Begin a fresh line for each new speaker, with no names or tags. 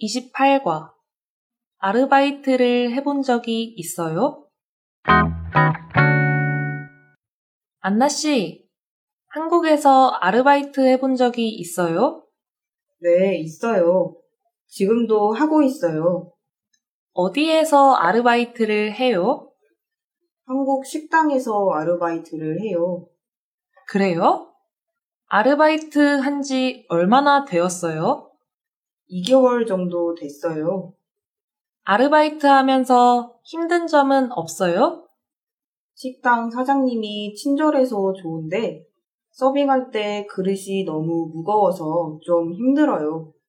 28과 아르바이트를 해본 적이 있어요? 안나 씨, 한국에서 아르바이트 해본 적이 있어요?
네, 있어요. 지금도 하고 있어요.
어디에서 아르바이트를 해요?
한국 식당에서 아르바이트를 해요.
그래요? 아르바이트 한 지 얼마나 되었어요?
2개월 정도 됐어요.
아르바이트 하면서 힘든 점은 없어요?
식당 사장님이 친절해서 좋은데 서빙할 때 그릇이 너무 무거워서 좀 힘들어요.